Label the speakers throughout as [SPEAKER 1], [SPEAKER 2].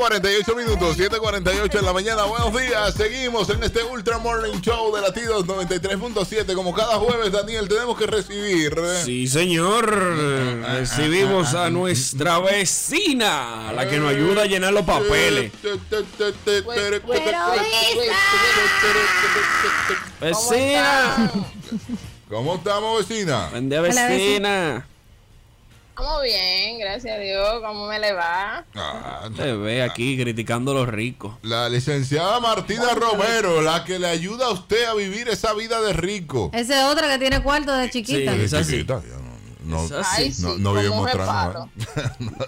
[SPEAKER 1] 7.48 minutos, 7.48 en la mañana. Buenos días. Seguimos en este Ultra Morning Show de Latidos 93.7. Como cada jueves, Daniel, tenemos que recibir.
[SPEAKER 2] Sí, señor.
[SPEAKER 1] Ah,
[SPEAKER 2] Recibimos a nuestra vecina, la que nos ayuda a llenar los papeles. Vecina.
[SPEAKER 1] ¿Cómo estamos, vecina?
[SPEAKER 2] Buen día, vecina.
[SPEAKER 3] Estamos bien, gracias a Dios. ¿Cómo me le va?
[SPEAKER 1] Ah,
[SPEAKER 2] Te ve aquí criticando a los ricos.
[SPEAKER 1] La licenciada Martina Romero, la que le ayuda a usted a vivir esa vida de rico.
[SPEAKER 4] Esa es otra que tiene cuarto de chiquita.
[SPEAKER 2] Sí. Es así.
[SPEAKER 1] Chiquita, ya no- no-
[SPEAKER 2] Es así.
[SPEAKER 3] Ay, sí,
[SPEAKER 1] no, no
[SPEAKER 3] como
[SPEAKER 1] voy a
[SPEAKER 3] un
[SPEAKER 1] mostrar
[SPEAKER 3] reparo.
[SPEAKER 1] nada.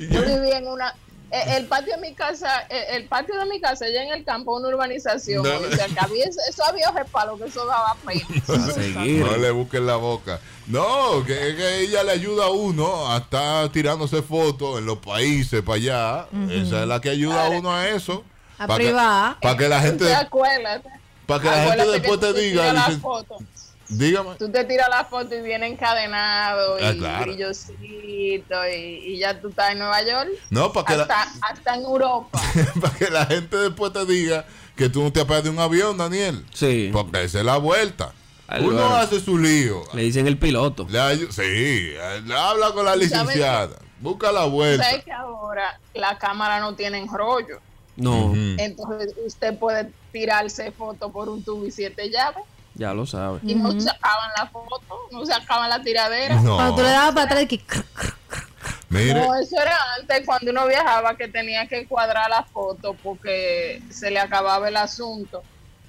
[SPEAKER 3] Yo vivía en una. eh, El patio de mi casa, eh, el patio de mi casa, allá en el campo, una urbanización.
[SPEAKER 1] No.
[SPEAKER 3] muy cerca. Había ese- eso había repalo que eso daba pena.
[SPEAKER 2] A seguir.
[SPEAKER 1] No le busquen la boca. No, que, que ella le ayuda a uno a estar tirándose fotos en los países para allá. Esa es la que ayuda a uno a eso.
[SPEAKER 4] A
[SPEAKER 1] Pa' que-
[SPEAKER 4] privar.
[SPEAKER 1] pa' que la gente,
[SPEAKER 3] ¿Te acuerdas?
[SPEAKER 1] para que la gente
[SPEAKER 3] Acuérdate
[SPEAKER 1] después
[SPEAKER 3] que
[SPEAKER 1] te
[SPEAKER 3] tú tiras
[SPEAKER 1] diga,
[SPEAKER 3] las
[SPEAKER 1] dicen,
[SPEAKER 3] fotos.
[SPEAKER 1] dígame.
[SPEAKER 3] Tú te tiras la foto y viene encadenado y
[SPEAKER 1] Ah, claro.
[SPEAKER 3] brillosito y, y ya tú estás en Nueva York,
[SPEAKER 1] No, para que la,
[SPEAKER 3] hasta, hasta en Europa.
[SPEAKER 1] para que la gente después te diga que tú no te apeas de un avión, Daniel.
[SPEAKER 2] Sí.
[SPEAKER 1] Porque esa es la vuelta.
[SPEAKER 2] Al
[SPEAKER 1] Uno
[SPEAKER 2] lugar.
[SPEAKER 1] hace su lío.
[SPEAKER 2] Le dicen el piloto.
[SPEAKER 1] Le ayu- sí, eh, habla con la
[SPEAKER 3] ¿Sabes?
[SPEAKER 1] licenciada. Busca la vuelta.
[SPEAKER 3] Sabes que ahora las cámaras no tienen rollo,
[SPEAKER 2] No,
[SPEAKER 1] Ujú.
[SPEAKER 3] entonces usted puede tirarse foto por un tubo y siete llaves
[SPEAKER 2] ya lo sabe.
[SPEAKER 3] y no se acaban la foto, no se acaban la tiradera.
[SPEAKER 1] No,
[SPEAKER 4] Cuando tú le dabas para atrás, que
[SPEAKER 1] mire,
[SPEAKER 3] No, eso era antes cuando uno viajaba que tenía que cuadrar la foto porque se le acababa el asunto,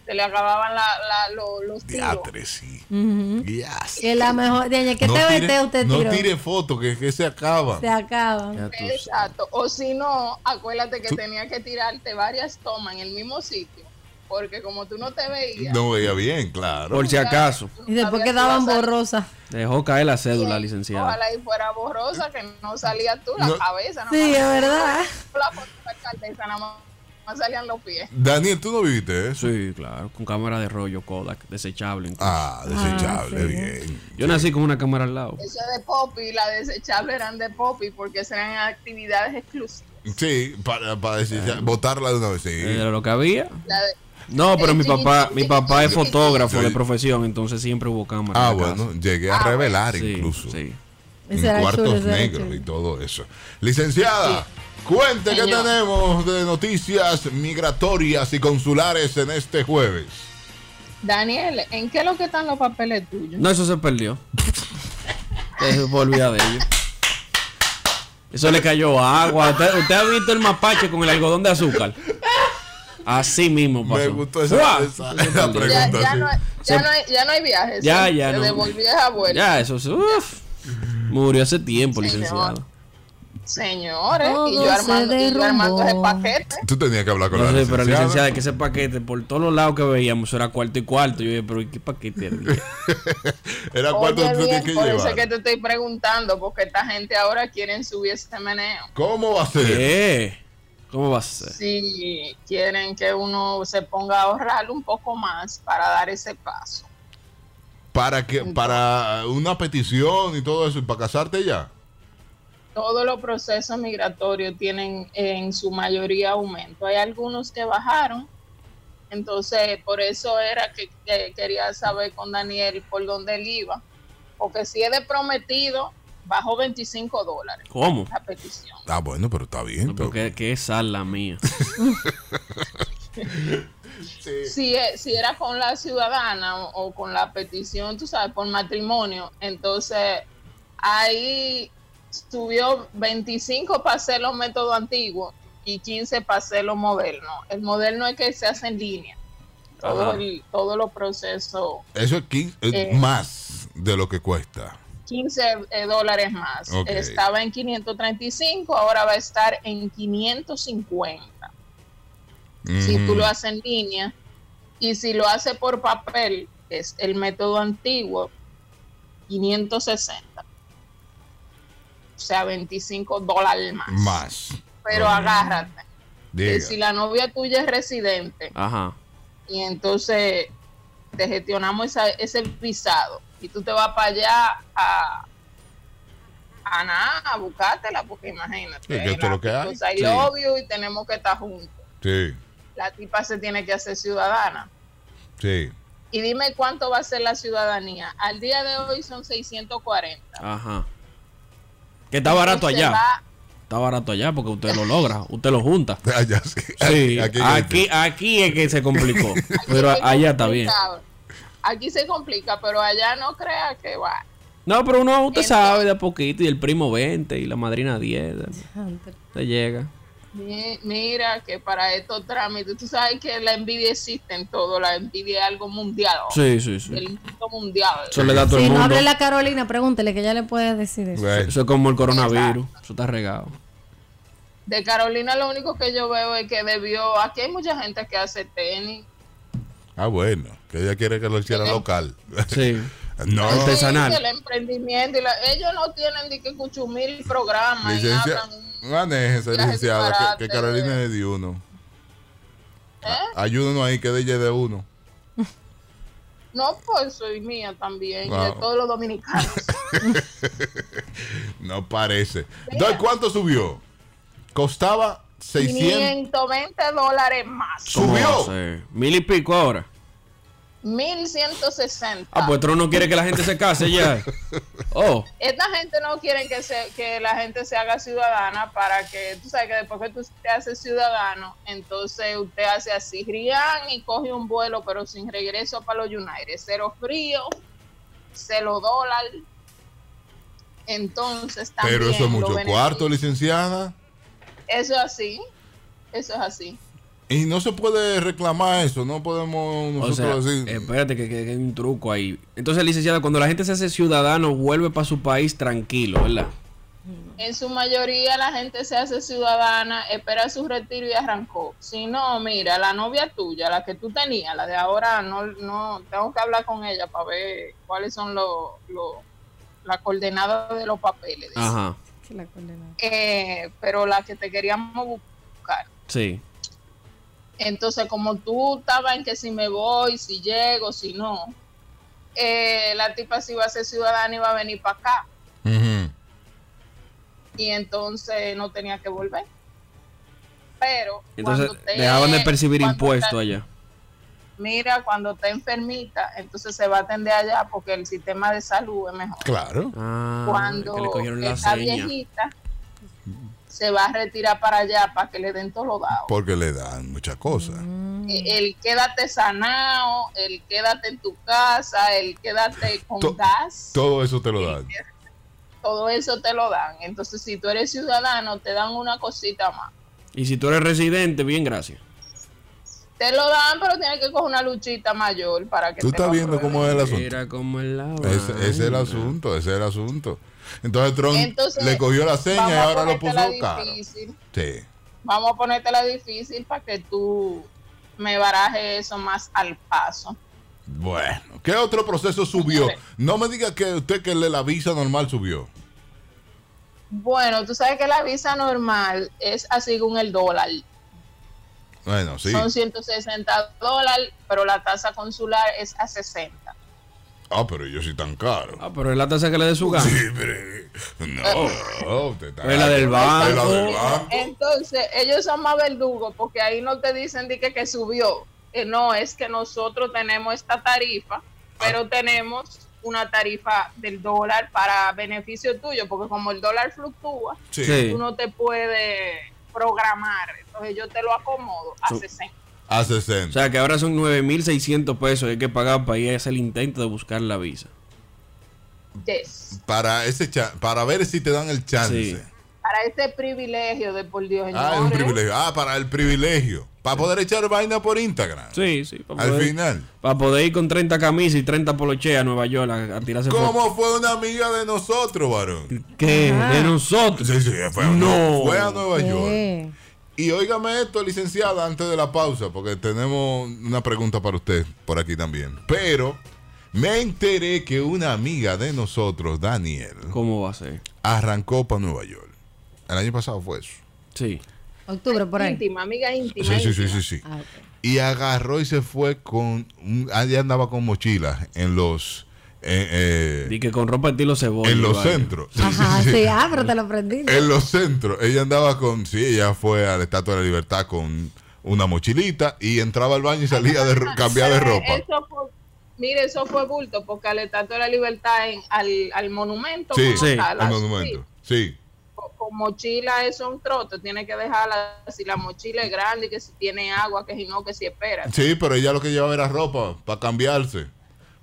[SPEAKER 3] se le acababan la, la- lo- los tiros.
[SPEAKER 1] diatre, sí.
[SPEAKER 4] Ujú.
[SPEAKER 1] Yes.
[SPEAKER 4] que la mejor. Deña, ¿Qué
[SPEAKER 1] no
[SPEAKER 4] te
[SPEAKER 1] tire,
[SPEAKER 4] vete usted
[SPEAKER 1] no
[SPEAKER 4] tiró?
[SPEAKER 1] tire fotos, que, que se acaba.
[SPEAKER 4] Se acaba.
[SPEAKER 2] Ya tú sabes.
[SPEAKER 3] Exacto. O si no, acuérdate que tenía que tirarte varias tomas en el mismo sitio. Porque como tú no te veías.
[SPEAKER 1] No veía bien, claro.
[SPEAKER 2] Por si acaso.
[SPEAKER 3] tú
[SPEAKER 4] Y después
[SPEAKER 3] sabías
[SPEAKER 4] quedaban
[SPEAKER 3] que iba a salir
[SPEAKER 4] borrosas.
[SPEAKER 2] Dejó caer la cédula,
[SPEAKER 3] bien.
[SPEAKER 2] licenciada.
[SPEAKER 3] Ojalá y fuera borrosa, que no salías tú la
[SPEAKER 1] No.
[SPEAKER 3] cabeza. nada
[SPEAKER 4] Sí,
[SPEAKER 3] más.
[SPEAKER 4] es verdad.
[SPEAKER 3] La foto de la alcaldesa, nada más, nada más salían los pies.
[SPEAKER 1] Daniel, tú no viviste eso.
[SPEAKER 2] Sí, claro. Con cámara de rollo Kodak, desechable. incluso.
[SPEAKER 1] Ah, desechable,
[SPEAKER 4] sí.
[SPEAKER 1] bien.
[SPEAKER 2] Yo nací con una cámara al lado.
[SPEAKER 3] Eso de Poppy, la desechable eran de Poppy, porque esas eran actividades exclusivas.
[SPEAKER 1] Sí, para, para desechar- botarla de una vez. Sí.
[SPEAKER 2] Era lo que había.
[SPEAKER 3] La de-
[SPEAKER 2] No, pero mi papá, mi papá es fotógrafo
[SPEAKER 1] Sí.
[SPEAKER 2] de profesión, entonces siempre hubo cámara.
[SPEAKER 1] Ah,
[SPEAKER 2] en la casa.
[SPEAKER 1] bueno, llegué a revelar
[SPEAKER 2] Sí,
[SPEAKER 1] incluso.
[SPEAKER 2] sí.
[SPEAKER 4] Ese
[SPEAKER 1] En
[SPEAKER 4] era el chulo,
[SPEAKER 1] cuartos
[SPEAKER 4] ese era el
[SPEAKER 1] negros
[SPEAKER 4] chulo.
[SPEAKER 1] y todo eso. Licenciada, cuente qué
[SPEAKER 3] Señor.
[SPEAKER 1] tenemos de noticias migratorias y consulares en este jueves.
[SPEAKER 3] Daniel, ¿en qué es lo que están los papeles tuyos?
[SPEAKER 2] No, eso se perdió. Eso fue olvidado de ellos. Eso le cayó agua. ¿Usted, usted ha visto el mapache con el algodón de azúcar? Así mismo pasó.
[SPEAKER 1] Me gustó esa,
[SPEAKER 2] ¡Fua!
[SPEAKER 1] esa-
[SPEAKER 2] Eso se
[SPEAKER 1] esa
[SPEAKER 2] perdió.
[SPEAKER 3] Ya,
[SPEAKER 1] pregunta.
[SPEAKER 3] ya
[SPEAKER 1] sí.
[SPEAKER 3] no, hay- ya, no hay, ya no hay viajes.
[SPEAKER 2] Ya,
[SPEAKER 3] ¿sí?
[SPEAKER 2] ya
[SPEAKER 3] Te
[SPEAKER 2] no.
[SPEAKER 3] devolví esa vuelta.
[SPEAKER 2] Ya, eso se... uf. Murió hace tiempo,
[SPEAKER 3] Señor.
[SPEAKER 2] licenciado.
[SPEAKER 3] Señores, y
[SPEAKER 4] Todo
[SPEAKER 3] yo armando,
[SPEAKER 4] se
[SPEAKER 3] y yo armando ese
[SPEAKER 4] derrumbó.
[SPEAKER 3] paquete.
[SPEAKER 1] Tú tenías que hablar con
[SPEAKER 2] No
[SPEAKER 1] la
[SPEAKER 2] sé, pero
[SPEAKER 1] licenciada.
[SPEAKER 2] licenciado, es que ese paquete, por todos los lados que veíamos, eso era cuarto y cuarto. Yo dije, pero ¿y ¿qué paquete era?
[SPEAKER 1] Era cuánto
[SPEAKER 3] Oye,
[SPEAKER 1] tú tenías
[SPEAKER 3] bien,
[SPEAKER 1] que
[SPEAKER 3] por eso es
[SPEAKER 1] llevar.
[SPEAKER 3] que te estoy preguntando, porque esta gente ahora quieren subir este meneo.
[SPEAKER 1] ¿Cómo va a ser?
[SPEAKER 2] ¿Qué? ¿Cómo va a ser?
[SPEAKER 3] Si quieren que uno se ponga a ahorrar un poco más para dar ese paso.
[SPEAKER 1] Para que para una petición y todo eso y para casarte ya.
[SPEAKER 3] Todos los procesos migratorios tienen en su mayoría aumento. Hay algunos que bajaron. Entonces, por eso era que, que quería saber con Daniel por dónde él iba. Porque si es de prometido, bajó 25 dólares
[SPEAKER 2] ¿Cómo?
[SPEAKER 3] la petición.
[SPEAKER 1] Ah, bueno, pero está bien.
[SPEAKER 2] No, pero ¿qué, qué sal la mía?
[SPEAKER 3] si, e- si era con la ciudadana o, o con la petición, tú sabes, por matrimonio, entonces ahí subió 25 para hacer los métodos antiguos y 15 para hacer los modernos. El moderno es que se hace en línea, todo
[SPEAKER 2] Ajá.
[SPEAKER 3] el- todos los procesos,
[SPEAKER 1] Eso es quin- es
[SPEAKER 3] Eh.
[SPEAKER 1] más de lo que cuesta.
[SPEAKER 3] 15 eh, dólares más.
[SPEAKER 1] Ok.
[SPEAKER 3] Estaba en 535, ahora va a estar en 550. si tú lo
[SPEAKER 1] Ujú.
[SPEAKER 3] haces en línea y si lo haces por papel, que es el método antiguo, 560. O sea, 25 dólares más.
[SPEAKER 1] Mm, Más.
[SPEAKER 3] Pero
[SPEAKER 1] Ok.
[SPEAKER 3] agárrate. que
[SPEAKER 1] Diga.
[SPEAKER 3] si la novia tuya es residente
[SPEAKER 2] Ajá.
[SPEAKER 3] y entonces te gestionamos esa- ese visado y tú te vas para allá a, a nada, a buscártela, porque imagínate.
[SPEAKER 1] Sí, que esto es lo que hay.
[SPEAKER 3] pues, I
[SPEAKER 2] Sí.
[SPEAKER 3] love you y tenemos que estar juntos.
[SPEAKER 1] Sí,
[SPEAKER 3] La tipa se tiene que hacer ciudadana.
[SPEAKER 1] sí.
[SPEAKER 3] Y dime cuánto va a ser la ciudadanía. Al día de hoy son 640.
[SPEAKER 2] Ajá. Que está barato
[SPEAKER 3] Entonces
[SPEAKER 2] allá.
[SPEAKER 3] va-
[SPEAKER 2] Está barato allá porque usted lo logra, usted lo junta.
[SPEAKER 1] Allá sí.
[SPEAKER 2] Sí,
[SPEAKER 1] Ah, Aquí-
[SPEAKER 2] aquí,
[SPEAKER 1] aquí-
[SPEAKER 2] aquí, es que se complicó. Pero
[SPEAKER 3] se
[SPEAKER 2] allá está bien.
[SPEAKER 3] complica. Aquí se complica, pero allá no crea que va.
[SPEAKER 2] No, pero uno, usted
[SPEAKER 3] Entonces-
[SPEAKER 2] sabe de a poquito. Y el primo 20 y la madrina 10. Se llega.
[SPEAKER 3] Mi- Mira que para estos trámites, tú sabes que la envidia existe en todo, la envidia es algo mundial,
[SPEAKER 2] Sí, sí,
[SPEAKER 3] el
[SPEAKER 2] sí.
[SPEAKER 3] instinto mundial.
[SPEAKER 2] Eso le da a todo
[SPEAKER 4] Si
[SPEAKER 2] el
[SPEAKER 4] no
[SPEAKER 2] mundo.
[SPEAKER 4] hable la Carolina, pregúntele que ya le puede decir eso.
[SPEAKER 1] Bueno,
[SPEAKER 2] Eso es como el coronavirus. Eso está regado.
[SPEAKER 3] De Carolina lo único que yo veo es que debió, aquí hay mucha gente que hace tenis,
[SPEAKER 1] Ah, bueno. Que ella quiere que lo hiciera local.
[SPEAKER 2] Sí.
[SPEAKER 1] No.
[SPEAKER 2] Este- Artesanal.
[SPEAKER 3] Sí, el emprendimiento, y la- ellos no tienen ni que cuchumil programas, y
[SPEAKER 1] Licencia,
[SPEAKER 3] hablan un-
[SPEAKER 1] manéjese,
[SPEAKER 3] Viajes
[SPEAKER 1] licenciada, que, que
[SPEAKER 3] disparates,
[SPEAKER 1] Carolina
[SPEAKER 3] eh.
[SPEAKER 1] le dio uno. A- Ayúdenos ahí, que de ella es de uno.
[SPEAKER 3] no, pues soy mía también, y de
[SPEAKER 1] Wow.
[SPEAKER 3] todos los dominicanos.
[SPEAKER 1] No parece. Entonces, ¿cuánto subió? Costaba 600.
[SPEAKER 3] 520 dólares más.
[SPEAKER 2] ¿Cómo va a
[SPEAKER 1] Subió.
[SPEAKER 2] ser? Mil y pico ahora.
[SPEAKER 3] 1160.
[SPEAKER 2] Ah, pues Tron no quiere que la gente se case ya. Oh,
[SPEAKER 3] Esta gente no quiere que, se, que la gente se haga ciudadana para que, tú sabes que después que tú te haces ciudadano, entonces usted hace así, rían y coge un vuelo, pero sin regreso para los United. Cero frío, cero dólar. Entonces también.
[SPEAKER 1] Pero eso es
[SPEAKER 3] los
[SPEAKER 1] mucho
[SPEAKER 3] beneficios-
[SPEAKER 1] cuarto, licenciada.
[SPEAKER 3] Eso es así. Eso es así.
[SPEAKER 1] Y no se puede reclamar eso. No podemos
[SPEAKER 2] o sea, eh, pues.
[SPEAKER 1] nosotros decir.
[SPEAKER 2] espérate que, que- que hay un truco ahí. Entonces, licenciada, cuando la gente se hace ciudadano, vuelve para su país tranquilo, ¿verdad?
[SPEAKER 3] En su mayoría la gente se hace ciudadana, espera su retiro y arrancó. Si no, mira, la novia tuya, la que tú tenías, la de ahora, no, no, tengo que hablar con ella para ver cuáles son los, los- las coordenadas de los papeles.
[SPEAKER 2] Ajá,
[SPEAKER 4] Que la condena.
[SPEAKER 3] Eh, pero la que te queríamos buscar.
[SPEAKER 2] sí.
[SPEAKER 3] Entonces, como tú estabas en que si me voy, si llego, si no, eh, la tipa si va a ser ciudadana y va a venir para acá.
[SPEAKER 1] Ujú.
[SPEAKER 3] y entonces no tenía que volver. Pero
[SPEAKER 2] Entonces,
[SPEAKER 3] cuando te-
[SPEAKER 2] dejaban de percibir
[SPEAKER 3] cuando
[SPEAKER 2] impuestos
[SPEAKER 3] te-
[SPEAKER 2] allá.
[SPEAKER 3] Mira, cuando te enfermita, entonces se va a atender allá porque el sistema de salud es mejor.
[SPEAKER 1] Claro.
[SPEAKER 2] Ah,
[SPEAKER 3] cuando
[SPEAKER 2] que le cogieron la
[SPEAKER 3] está
[SPEAKER 2] seña.
[SPEAKER 3] viejita, se va a retirar para allá para que le den todo lo dado.
[SPEAKER 1] Porque le dan muchas cosas.
[SPEAKER 3] El Eh, el quédate sanado, el quédate en tu casa, el quédate con
[SPEAKER 1] To-
[SPEAKER 3] gas.
[SPEAKER 1] Todo eso te lo dan.
[SPEAKER 3] todo eso te lo dan. Entonces, si tú eres ciudadano, te dan una cosita más.
[SPEAKER 2] Y si tú eres residente, bien, gracias.
[SPEAKER 3] Te lo dan, pero tienes que coger una luchita mayor para que
[SPEAKER 1] Tú
[SPEAKER 3] te lo
[SPEAKER 1] estás viendo
[SPEAKER 3] aprueben.
[SPEAKER 1] cómo es el asunto.
[SPEAKER 2] Mira cómo es la
[SPEAKER 1] Ese, ese es el
[SPEAKER 2] vaina.
[SPEAKER 1] asunto, ese es el asunto. Entonces Trump
[SPEAKER 3] Entonces,
[SPEAKER 1] le cogió la seña
[SPEAKER 3] Vamos
[SPEAKER 1] y
[SPEAKER 3] a
[SPEAKER 1] ahora lo puso
[SPEAKER 3] ponértela
[SPEAKER 1] caro.
[SPEAKER 3] difícil.
[SPEAKER 1] Sí.
[SPEAKER 3] Vamos a ponértela difícil para que tú me barajes eso más al paso.
[SPEAKER 1] Bueno, ¿qué otro proceso subió? No me diga que usted que le la visa normal subió.
[SPEAKER 3] Bueno, tú sabes que la visa normal es así con el dólar.
[SPEAKER 1] Bueno, sí.
[SPEAKER 3] Son 160 dólares, pero la tasa consular es a 60.
[SPEAKER 1] Ah, pero ellos sí tan caros.
[SPEAKER 2] Ah, pero es la tasa que le dé su gana.
[SPEAKER 1] Sí, pero no, usted está-
[SPEAKER 2] Es la del
[SPEAKER 1] Es Ah, la del
[SPEAKER 2] banco.
[SPEAKER 1] banco.
[SPEAKER 3] Entonces, ellos son más verdugos porque ahí no te dicen de que, que subió. Eh, no, es que nosotros tenemos esta tarifa,
[SPEAKER 1] Ah.
[SPEAKER 3] pero tenemos una tarifa del dólar para beneficio tuyo, porque como el dólar fluctúa,
[SPEAKER 1] Sí.
[SPEAKER 2] Sí.
[SPEAKER 3] tú no te puedes programar. Entonces yo te lo acomodo a
[SPEAKER 2] So-
[SPEAKER 3] 60.
[SPEAKER 1] A
[SPEAKER 2] O
[SPEAKER 1] 60.
[SPEAKER 2] sea, que ahora son 9.600 pesos que hay que pagar para ir a hacer el intento de buscar la visa.
[SPEAKER 3] Yes.
[SPEAKER 1] para, ese cha- para ver si te dan el chance.
[SPEAKER 2] Sí.
[SPEAKER 3] Para este privilegio de por Dios,
[SPEAKER 1] Ah, es un
[SPEAKER 3] señores.
[SPEAKER 1] privilegio. Ah, para el privilegio. Para poder echar vaina por Instagram.
[SPEAKER 2] Sí, sí. Para
[SPEAKER 1] Al
[SPEAKER 2] poder,
[SPEAKER 1] final.
[SPEAKER 2] para poder ir con 30 camisas y 30 polocheas a Nueva York a, a tirarse fotos.
[SPEAKER 1] ¿Cómo fue una amiga de nosotros, varón?
[SPEAKER 2] ¿Qué? De nosotros.
[SPEAKER 1] Sí, sí, fue, a-
[SPEAKER 2] No.
[SPEAKER 1] fue a Nueva York.
[SPEAKER 4] Eh,
[SPEAKER 1] Y óigame esto, licenciada, antes de la pausa, porque tenemos una pregunta para usted por aquí también. Pero me enteré que una amiga de nosotros, Daniel,
[SPEAKER 2] ¿Cómo va a ser?
[SPEAKER 1] arrancó para Nueva York. El año pasado fue eso.
[SPEAKER 2] Sí.
[SPEAKER 4] Octubre, por ahí.
[SPEAKER 3] Íntima, amiga íntima.
[SPEAKER 1] Sí, sí, sí,
[SPEAKER 3] íntima.
[SPEAKER 1] sí, sí.
[SPEAKER 4] Ah, ok.
[SPEAKER 1] Y agarró y se fue con... un- Allá andaba con mochilas en los... eh, eh,
[SPEAKER 2] Di que con ropa estilo cebolla.
[SPEAKER 1] en
[SPEAKER 2] y
[SPEAKER 1] los
[SPEAKER 2] vaina.
[SPEAKER 1] centros. Sí,
[SPEAKER 4] Ajá,
[SPEAKER 1] sí, sí.
[SPEAKER 4] sí, ah, pero te lo aprendí.
[SPEAKER 1] En los centros. Ella andaba con. Sí, ella fue a la Estatua de la Libertad con una mochilita y entraba al baño y salía de ro- cambiada de
[SPEAKER 3] Pero
[SPEAKER 1] ropa.
[SPEAKER 3] Eh, Eso fue, mire, eso fue bulto, porque al Estatua de la Libertad, en- al, al monumento,
[SPEAKER 1] Sí,
[SPEAKER 2] Sí.
[SPEAKER 3] tal,
[SPEAKER 1] al
[SPEAKER 3] así,
[SPEAKER 1] monumento. Sí.
[SPEAKER 3] con, con mochila eso es un troto, tiene que dejarla, si la mochila es grande, que si tiene agua, que si no, que si espera.
[SPEAKER 1] Sí, pero ella lo que llevaba era ropa para cambiarse,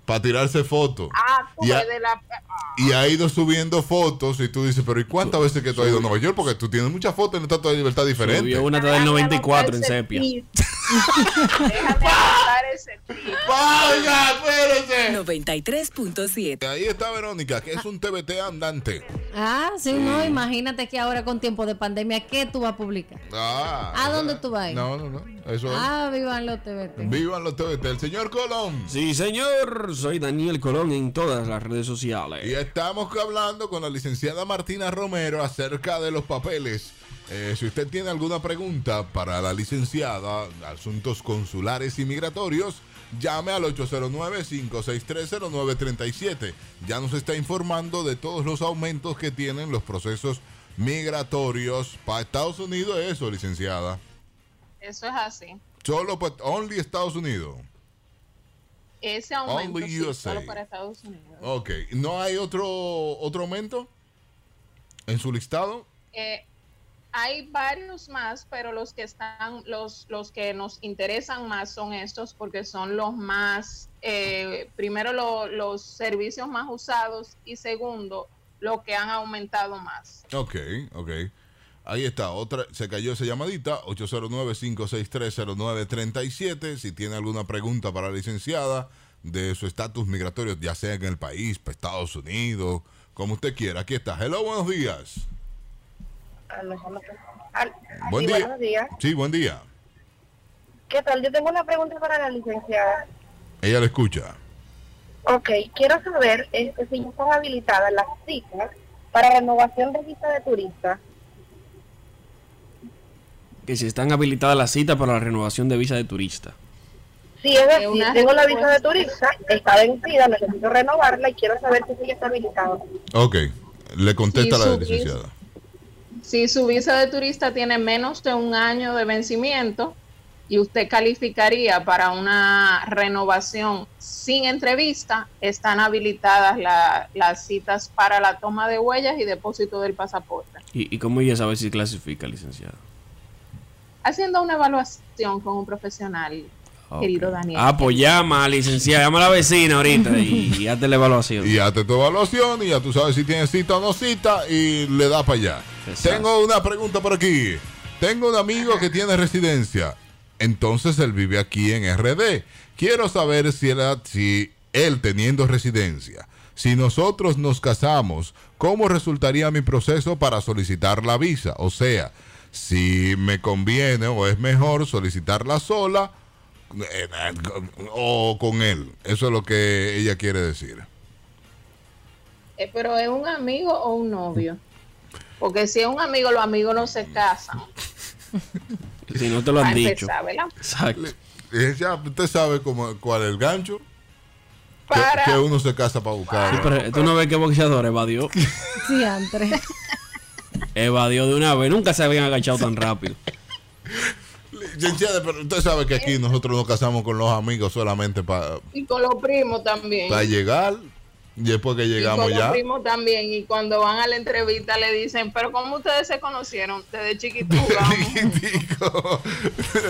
[SPEAKER 1] para tirarse fotos.
[SPEAKER 3] Ah, tú
[SPEAKER 1] Y a-
[SPEAKER 3] ves de la... ah,
[SPEAKER 1] Y ha ido subiendo fotos y tú dices, pero ¿y cuántas veces que tú has ido a Nueva York? Porque tú tienes muchas fotos en la Estatua de la Libertad diferentes.
[SPEAKER 2] Subió una hasta del
[SPEAKER 3] déjame
[SPEAKER 2] 94 en
[SPEAKER 3] botar ese
[SPEAKER 2] sepia.
[SPEAKER 3] tip. Déjame botar ese tip.
[SPEAKER 1] ¡Vaya, espérese!
[SPEAKER 5] 93.7.
[SPEAKER 1] Ahí está Verónica, que es un TBT andante.
[SPEAKER 4] Ah, sí, no, imagínate que ahora con tiempo de pandemia, ¿qué tú vas a publicar?
[SPEAKER 1] Ah,
[SPEAKER 4] ¿A
[SPEAKER 1] o sea,
[SPEAKER 4] dónde tú vas a ir?
[SPEAKER 1] No, no, no. Eso es.
[SPEAKER 4] Ah, vivan los TVT.
[SPEAKER 1] Vivan los TBT. El señor Colón.
[SPEAKER 2] Sí, señor. Soy Daniel Colón en todas las redes
[SPEAKER 1] Y
[SPEAKER 2] sociales.
[SPEAKER 1] estamos hablando con la licenciada Martina Romero acerca de los papeles. Eh, si usted tiene alguna pregunta para la licenciada, asuntos consulares y migratorios, llame al 809-5630937. Ya nos está informando de todos los aumentos que tienen los procesos migratorios para Estados Unidos. Eso, licenciada.
[SPEAKER 3] Eso es así.
[SPEAKER 1] Solo para only Estados Unidos.
[SPEAKER 3] Ese aumento
[SPEAKER 1] Only
[SPEAKER 3] sí,
[SPEAKER 1] USA.
[SPEAKER 3] solo para Estados Unidos.
[SPEAKER 1] Ok. ¿No hay otro, otro aumento en su listado?
[SPEAKER 3] Eh, hay varios más, pero los que están, los, los que nos interesan más son estos porque son los más, eh, primero lo- los servicios más usados y segundo, lo que han aumentado más.
[SPEAKER 1] Ok, ok. Ahí está, otra, se cayó esa llamadita, 809-5630937. Si tiene alguna pregunta para la licenciada de su estatus migratorio, ya sea en el país, para Estados Unidos, como usted quiera. Aquí está. Hello, buenos días.
[SPEAKER 6] Aló. Al-
[SPEAKER 1] Buen
[SPEAKER 6] sí,
[SPEAKER 1] día.
[SPEAKER 6] Buenos días.
[SPEAKER 1] Sí, buen día.
[SPEAKER 6] ¿Qué tal? Yo tengo una pregunta para la licenciada.
[SPEAKER 1] Ella le escucha.
[SPEAKER 6] Ok, quiero saber este, si ya están habilitadas las citas para renovación de visa de turista.
[SPEAKER 2] Que si están habilitadas las citas para la renovación de visa de turista.
[SPEAKER 6] Si es
[SPEAKER 3] Es
[SPEAKER 6] decir,
[SPEAKER 3] una
[SPEAKER 6] tengo la visa de
[SPEAKER 3] respuesta.
[SPEAKER 6] turista, está vencida, necesito renovarla y quiero saber si ya está habilitada.
[SPEAKER 1] Ok, le contesta
[SPEAKER 3] Sí,
[SPEAKER 1] la
[SPEAKER 3] su-
[SPEAKER 1] licenciada.
[SPEAKER 3] Si su visa de turista tiene menos de un año de vencimiento y usted calificaría para una renovación sin entrevista, están habilitadas la- las citas para la toma de huellas y depósito del pasaporte.
[SPEAKER 2] ¿Y, y cómo ella sabe si clasifica, licenciada?
[SPEAKER 3] haciendo una evaluación con un profesional,
[SPEAKER 2] Ah,
[SPEAKER 3] querido
[SPEAKER 2] ok.
[SPEAKER 3] Daniel.
[SPEAKER 2] Ah, pues llama, licenciada. Llama a la vecina ahorita y, y hazte la evaluación.
[SPEAKER 1] Y hazte tu evaluación y ya tú sabes si tienes cita o no cita y le da para allá.
[SPEAKER 2] Exacto.
[SPEAKER 1] Tengo una pregunta por aquí. Tengo un amigo que tiene residencia. Entonces él vive aquí en RD. Quiero saber si él, ha- si él teniendo residencia, si nosotros nos casamos, ¿cómo resultaría mi proceso para solicitar la visa? O sea, si me conviene o es mejor solicitarla sola eh, eh, con- o con él. Eso es lo que ella quiere decir.
[SPEAKER 3] Eh, pero es un amigo o un novio. Porque si es un amigo, los amigos no se casan.
[SPEAKER 2] Si no te lo
[SPEAKER 3] para
[SPEAKER 2] han dicho.
[SPEAKER 3] empezar, ¿verdad?
[SPEAKER 2] Exacto.
[SPEAKER 1] Le- eh, ya usted sabe cómo, cuál es el gancho. Que,
[SPEAKER 3] Para,
[SPEAKER 1] que uno se casa para buscar.
[SPEAKER 2] Sí, pero tú no ves que boxeador evadió.
[SPEAKER 4] Sí, antes.
[SPEAKER 2] Evadió de una vez. Nunca se habían agachado tan rápido.
[SPEAKER 1] Licenciada, pero usted sabe que aquí nosotros nos casamos con los amigos solamente para
[SPEAKER 3] y con los primos también.
[SPEAKER 2] Pues
[SPEAKER 1] llegar. Y después que
[SPEAKER 3] Y con
[SPEAKER 1] llegamos
[SPEAKER 3] los
[SPEAKER 1] ya.
[SPEAKER 3] primos también. Y cuando van a la entrevista le dicen, pero ¿cómo ustedes se conocieron? Desde chiquitos jugamos".
[SPEAKER 1] Chiquitico.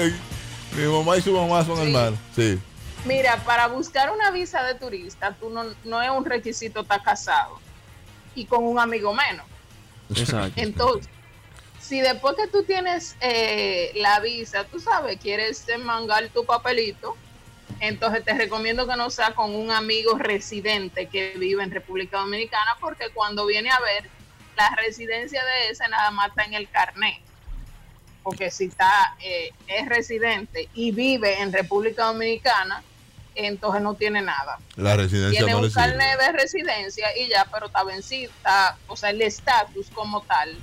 [SPEAKER 1] Mi mamá y su mamá son
[SPEAKER 3] Sí.
[SPEAKER 1] hermanos. Sí.
[SPEAKER 3] Mira, para buscar una visa de turista, tú no, no es un requisito estar casado. Y con un amigo menos.
[SPEAKER 2] Exacto.
[SPEAKER 3] Entonces, si después que tú tienes eh, la visa, tú sabes, quieres eh, mangar tu papelito, entonces te recomiendo que no sea con un amigo residente que vive en República Dominicana, porque cuando viene a ver, la residencia de ese nada más está en el carnet. Porque si está, eh, es residente y vive en República Dominicana, entonces no tiene nada
[SPEAKER 1] La residencia
[SPEAKER 3] tiene
[SPEAKER 1] no
[SPEAKER 3] un
[SPEAKER 1] le sirve.
[SPEAKER 3] carnet de residencia y ya, pero está vencida, o sea, el estatus como tal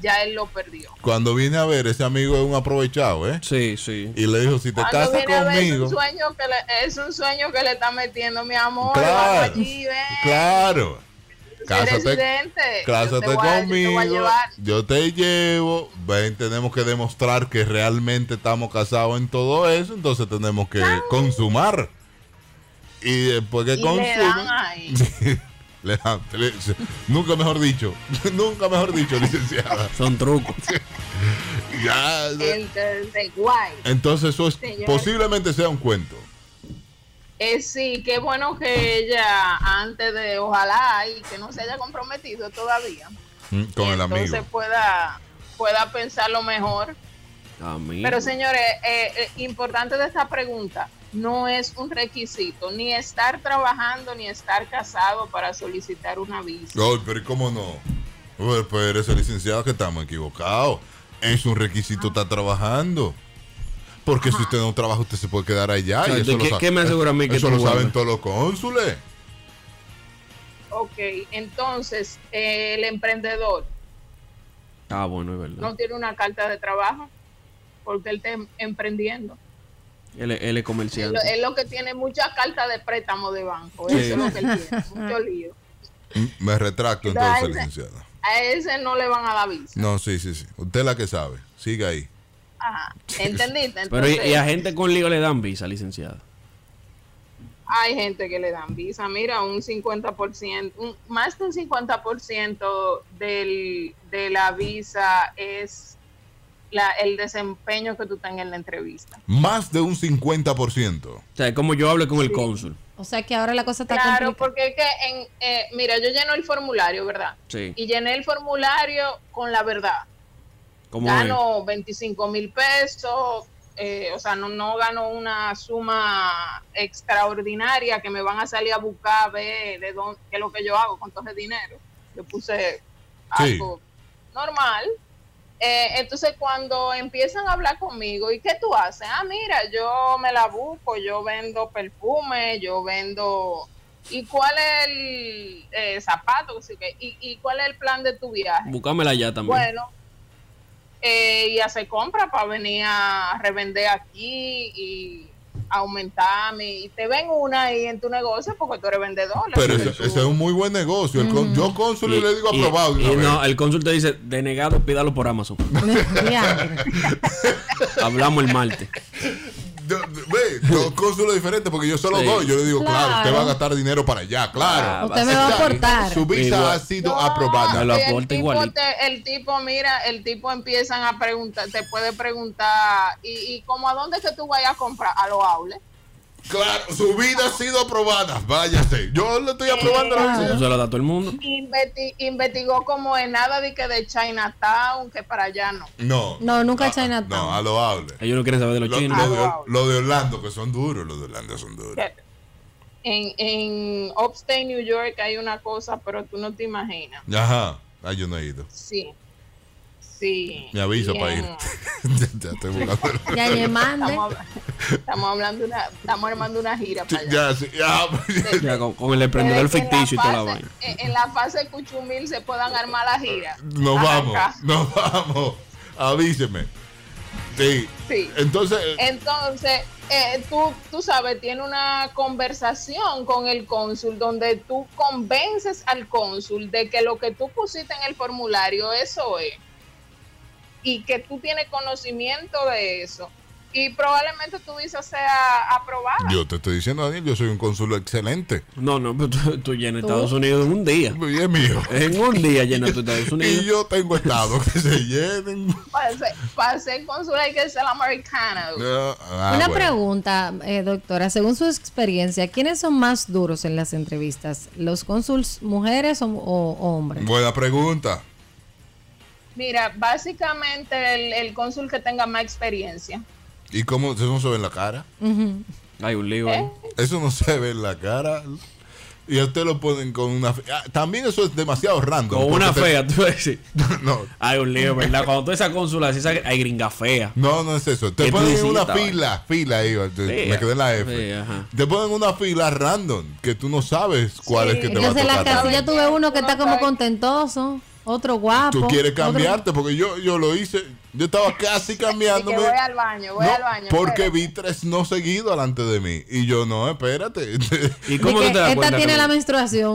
[SPEAKER 3] ya él lo perdió.
[SPEAKER 1] Cuando viene a ver, ese amigo es un aprovechado, ¿eh?
[SPEAKER 2] Sí, sí.
[SPEAKER 1] Y le dijo, si te
[SPEAKER 3] Cuando
[SPEAKER 1] casas
[SPEAKER 3] viene a ver, es un
[SPEAKER 1] conmigo,
[SPEAKER 3] sueño que le, es un sueño que le está metiendo, mi amor.
[SPEAKER 1] Claro.
[SPEAKER 3] vamos allí, ven,
[SPEAKER 1] claro,
[SPEAKER 3] sé
[SPEAKER 1] cásate,
[SPEAKER 3] residente, yo te
[SPEAKER 1] cásate
[SPEAKER 3] voy a- yo te voy a
[SPEAKER 1] conmigo,
[SPEAKER 3] llevar.
[SPEAKER 1] yo te llevo, ven, tenemos que demostrar que realmente estamos casados en todo eso, entonces tenemos que consumar. Y después que
[SPEAKER 3] Y le dan
[SPEAKER 1] consumen,
[SPEAKER 3] ahí.
[SPEAKER 1] le dan- le- nunca mejor dicho, nunca mejor dicho, licenciada.
[SPEAKER 2] Son trucos.
[SPEAKER 1] Ya,
[SPEAKER 3] Entonces, guay.
[SPEAKER 1] entonces eso es,
[SPEAKER 3] Señor.
[SPEAKER 1] posiblemente sea un cuento.
[SPEAKER 3] Eh, sí, qué bueno que ella, antes de, ojalá, y que no se haya comprometido todavía,
[SPEAKER 1] Mm, Con el amigo.
[SPEAKER 3] entonces pueda, pueda pensarlo mejor.
[SPEAKER 2] Amigo.
[SPEAKER 3] Pero señores, eh, eh, importante de esta pregunta, no es un requisito ni estar trabajando ni estar casado para solicitar una visa.
[SPEAKER 1] Ay, pero ¿y ¿cómo no? Pues, pero ese licenciado que estamos equivocados. Es un requisito está trabajando. Porque si usted no trabaja, usted se puede quedar allá.
[SPEAKER 2] Exacto,
[SPEAKER 1] y eso
[SPEAKER 2] ¿qué-
[SPEAKER 1] lo sa-
[SPEAKER 2] qué me asegura a mí que
[SPEAKER 1] Eso
[SPEAKER 2] tú
[SPEAKER 1] lo saben
[SPEAKER 2] vuelves?
[SPEAKER 1] todos los cónsules.
[SPEAKER 3] Ok, entonces eh, el emprendedor
[SPEAKER 2] Ah, bueno, es verdad.
[SPEAKER 3] no tiene una carta de trabajo porque él está em- emprendiendo.
[SPEAKER 2] Él, es- él es
[SPEAKER 3] Él,
[SPEAKER 2] comerciante.
[SPEAKER 3] lo- él lo que tiene muchas cartas de préstamo de banco,
[SPEAKER 2] Sí.
[SPEAKER 3] eso es lo que él tiene, mucho lío.
[SPEAKER 1] Mm, Me retracto
[SPEAKER 3] Dale.
[SPEAKER 1] entonces, licenciado.
[SPEAKER 3] A ese no le van a dar visa.
[SPEAKER 1] No, sí, sí, sí. Usted es la que sabe. Siga ahí.
[SPEAKER 3] Ajá, ¿Entendiste?
[SPEAKER 2] Pero
[SPEAKER 3] Entonces,
[SPEAKER 2] y, y a gente con lío le dan visa, licenciada.
[SPEAKER 3] Hay gente que le dan visa, mira, un 50%, un- más de un 50% del, de la visa es la, el desempeño que tú tengas en la entrevista.
[SPEAKER 1] Más de un 50%.
[SPEAKER 2] O sea, es como yo hablo con el cónsul.
[SPEAKER 4] O sea que ahora la cosa está
[SPEAKER 3] Claro,
[SPEAKER 4] complicada.
[SPEAKER 3] porque es que, en, eh, mira, yo lleno el formulario, ¿verdad?
[SPEAKER 2] Sí.
[SPEAKER 3] Y llené el formulario con la verdad.
[SPEAKER 2] Como
[SPEAKER 3] Gano 25 mil pesos, eh, o sea, no, no gano una suma extraordinaria que me van a salir a buscar a ver de dónde, qué es lo que yo hago con todo ese dinero. Yo puse
[SPEAKER 1] Sí.
[SPEAKER 3] algo normal. Eh, entonces, cuando empiezan a hablar conmigo, ¿y qué tú haces? Ah, mira, yo me la busco, yo vendo perfume, yo vendo. ¿Y cuál es el eh, zapato? Que sí que- ¿Y, ¿Y cuál es el plan de tu viaje?
[SPEAKER 2] Buscámela ya también.
[SPEAKER 3] Bueno, eh, y hacer compra para venir a revender aquí y aumentar mi. Y te ven una ahí en tu negocio porque tú eres vendedor. la
[SPEAKER 1] Pero
[SPEAKER 3] gente
[SPEAKER 1] ese,
[SPEAKER 3] tú-
[SPEAKER 1] ese es un muy buen negocio. El con- yo cónsul y, le digo aprobado. de
[SPEAKER 2] Mm. y
[SPEAKER 1] una vez.
[SPEAKER 2] no, el cónsul te dice, denegado, pídalo por Amazon.
[SPEAKER 4] Diantre.
[SPEAKER 2] Hablamos el martes.
[SPEAKER 1] Yo- Ve, los cónsules diferentes porque yo se lo
[SPEAKER 2] Sí.
[SPEAKER 1] doy. Yo le digo, claro.
[SPEAKER 4] Claro. Ah,
[SPEAKER 1] usted va a gastar dinero para allá, claro.
[SPEAKER 4] Usted me va a
[SPEAKER 1] Está bien.
[SPEAKER 4] aportar.
[SPEAKER 1] Su visa
[SPEAKER 2] Igual.
[SPEAKER 1] ha sido
[SPEAKER 3] No,
[SPEAKER 1] aprobada.
[SPEAKER 2] Me lo
[SPEAKER 3] el
[SPEAKER 2] aporta
[SPEAKER 3] tipo
[SPEAKER 2] igualito.
[SPEAKER 3] te- el tipo, mira, el tipo empiezan a preguntar, te puede preguntar, ¿y, y como a dónde es que tú vayas a comprar? A los outlets.
[SPEAKER 1] Claro, su vida ha sido aprobada. Váyase. Yo le estoy aprobando la
[SPEAKER 2] Eso
[SPEAKER 1] visa.
[SPEAKER 2] se lo da a todo el mundo.
[SPEAKER 3] Investi- investigó como en nada de que de Chinatown, que para allá no.
[SPEAKER 1] No.
[SPEAKER 4] No, nunca
[SPEAKER 1] Ah,
[SPEAKER 4] Chinatown.
[SPEAKER 1] No, a lo hable.
[SPEAKER 2] Ellos no quieren saber de
[SPEAKER 1] Lo,
[SPEAKER 2] los
[SPEAKER 1] lo
[SPEAKER 2] chinos.
[SPEAKER 1] de, lo de Orlando, que son duros. Los de Orlando son duros.
[SPEAKER 3] Que En, en Upstate New York hay una cosa, pero tú no te imaginas.
[SPEAKER 1] Ajá. Ah, yo no he ido.
[SPEAKER 3] Sí. Sí.
[SPEAKER 1] Me avisa
[SPEAKER 3] Y
[SPEAKER 1] para ir.
[SPEAKER 3] en-
[SPEAKER 1] ya, ya estoy buscando.
[SPEAKER 4] Ya le mande.
[SPEAKER 3] Estamos, hab- estamos hablando una, estamos armando una gira para allá.
[SPEAKER 1] ya, sí, ya.
[SPEAKER 2] Ya, con, con el emprendedor
[SPEAKER 3] Desde que
[SPEAKER 2] ficticio y
[SPEAKER 3] Ah, en la
[SPEAKER 2] toda la
[SPEAKER 3] fase-
[SPEAKER 2] vaina.
[SPEAKER 3] En, en la fase Cuchumil se puedan armar las giras.
[SPEAKER 1] Nos vamos.
[SPEAKER 3] Arranca.
[SPEAKER 1] Nos vamos. Avíseme. Sí.
[SPEAKER 3] Sí.
[SPEAKER 1] Entonces.
[SPEAKER 3] Entonces, eh, tú, tú sabes, tiene una conversación con el cónsul donde tú convences al cónsul de que lo que tú pusiste en el formulario, eso es. Y que tú tienes conocimiento de eso. Y probablemente tu visa sea aprobada.
[SPEAKER 1] Yo te estoy diciendo, Daniel, yo soy un cónsul excelente.
[SPEAKER 2] No, no, pero tú, tú llenas Estados Unidos en un día.
[SPEAKER 1] Y es mío.
[SPEAKER 2] En un día llenas tú Estados
[SPEAKER 1] Y
[SPEAKER 2] Unidos.
[SPEAKER 1] yo tengo estados que se llenen.
[SPEAKER 3] Para ser, para ser cónsul hay que ser americana. dude.
[SPEAKER 1] Ah, ah,
[SPEAKER 4] Una
[SPEAKER 1] bueno.
[SPEAKER 4] pregunta, eh, doctora. Según su experiencia, ¿quiénes son más duros en las entrevistas? ¿Los cónsuls mujeres o, o- o hombres?
[SPEAKER 1] Buena pregunta.
[SPEAKER 3] Mira, básicamente el, el cónsul que tenga más experiencia.
[SPEAKER 1] ¿Y cómo eso no se ve en la cara?
[SPEAKER 4] Ujú.
[SPEAKER 2] Hay un
[SPEAKER 4] ¿Eh?
[SPEAKER 2] lío ahí.
[SPEAKER 1] Eso no se ve en la cara. Y a usted lo ponen con una fe- ah, También eso es demasiado random.
[SPEAKER 2] Con una
[SPEAKER 1] porque
[SPEAKER 2] fea, tú vas a decir.
[SPEAKER 1] te- No,
[SPEAKER 2] Hay un lío, ¿verdad? Cuando tú esa cónsula, así, esa- hay gringa fea.
[SPEAKER 1] no, no es eso. Te
[SPEAKER 2] ¿Qué tú
[SPEAKER 1] ponen en
[SPEAKER 2] dices?
[SPEAKER 1] una
[SPEAKER 2] Estaba ahí. ah,
[SPEAKER 1] fila, fila ahí. te-
[SPEAKER 2] Fea.
[SPEAKER 1] Me quedé en la F.
[SPEAKER 2] Fea, ajá.
[SPEAKER 1] Te ponen una fila random que tú no sabes cuál
[SPEAKER 3] Sí.
[SPEAKER 1] es que te va a
[SPEAKER 4] Entonces, en
[SPEAKER 1] tocar.
[SPEAKER 4] la
[SPEAKER 1] también.
[SPEAKER 4] casilla tuve uno que está como
[SPEAKER 3] Ay.
[SPEAKER 4] contentoso. Otro guapo.
[SPEAKER 1] Tú quieres
[SPEAKER 4] otro-
[SPEAKER 1] cambiarte, porque yo, yo lo hice. Yo estaba casi
[SPEAKER 3] Y que
[SPEAKER 1] cambiándome.
[SPEAKER 3] voy al baño, voy
[SPEAKER 1] No,
[SPEAKER 3] al baño.
[SPEAKER 1] porque
[SPEAKER 3] espérate.
[SPEAKER 1] vi tres no seguidos delante de mí. Y yo, no, espérate.
[SPEAKER 2] ¿Y
[SPEAKER 4] De
[SPEAKER 2] cómo
[SPEAKER 4] que
[SPEAKER 2] tú te das
[SPEAKER 4] esta
[SPEAKER 2] cuenta?
[SPEAKER 4] tiene la
[SPEAKER 2] Carmen?
[SPEAKER 4] menstruación.